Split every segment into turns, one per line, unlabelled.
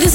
this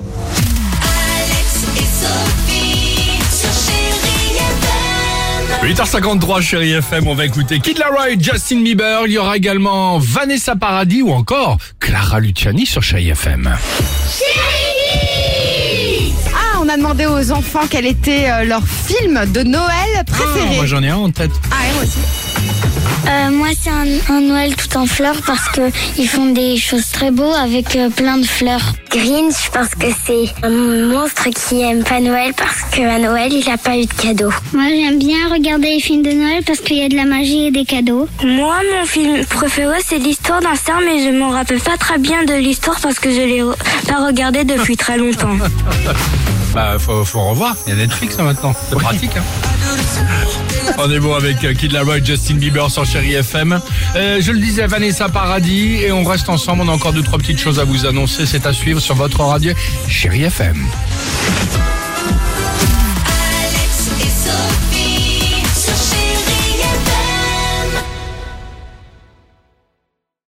Alex et Sophie sur Chéri FM.
8h53 chérie FM, on va écouter Kid Laroi, Justin Bieber, il y aura également Vanessa Paradis ou encore Clara Luciani sur chérie FM.
Ah, on a demandé aux enfants quel était euh, leur film de Noël
Ah, moi
préféré.
j'en ai un en tête.
Ah, et moi aussi.
Euh, moi, c'est un, un Noël tout en fleurs parce que ils font des choses très beaux avec euh, plein de fleurs. Grinch parce que c'est un monstre qui aime pas Noël parce qu'à Noël, il a pas eu de cadeau. Moi, j'aime bien regarder les films de Noël parce qu'il y a de la magie et des cadeaux. Moi, mon film préféré, c'est l'histoire d'un cerf, mais je m'en rappelle pas très bien de l'histoire parce que je l'ai pas regardé depuis très longtemps.
Bah faut, faut revoir, il y a Netflix hein, maintenant, c'est pratique. Hein. On est bon avec euh, Kid Laroi, Justin Bieber sur chérie FM. Euh, je le disais, Vanessa Paradis et on reste ensemble, on a encore deux trois petites choses à vous annoncer, c'est à suivre sur votre radio chérie FM.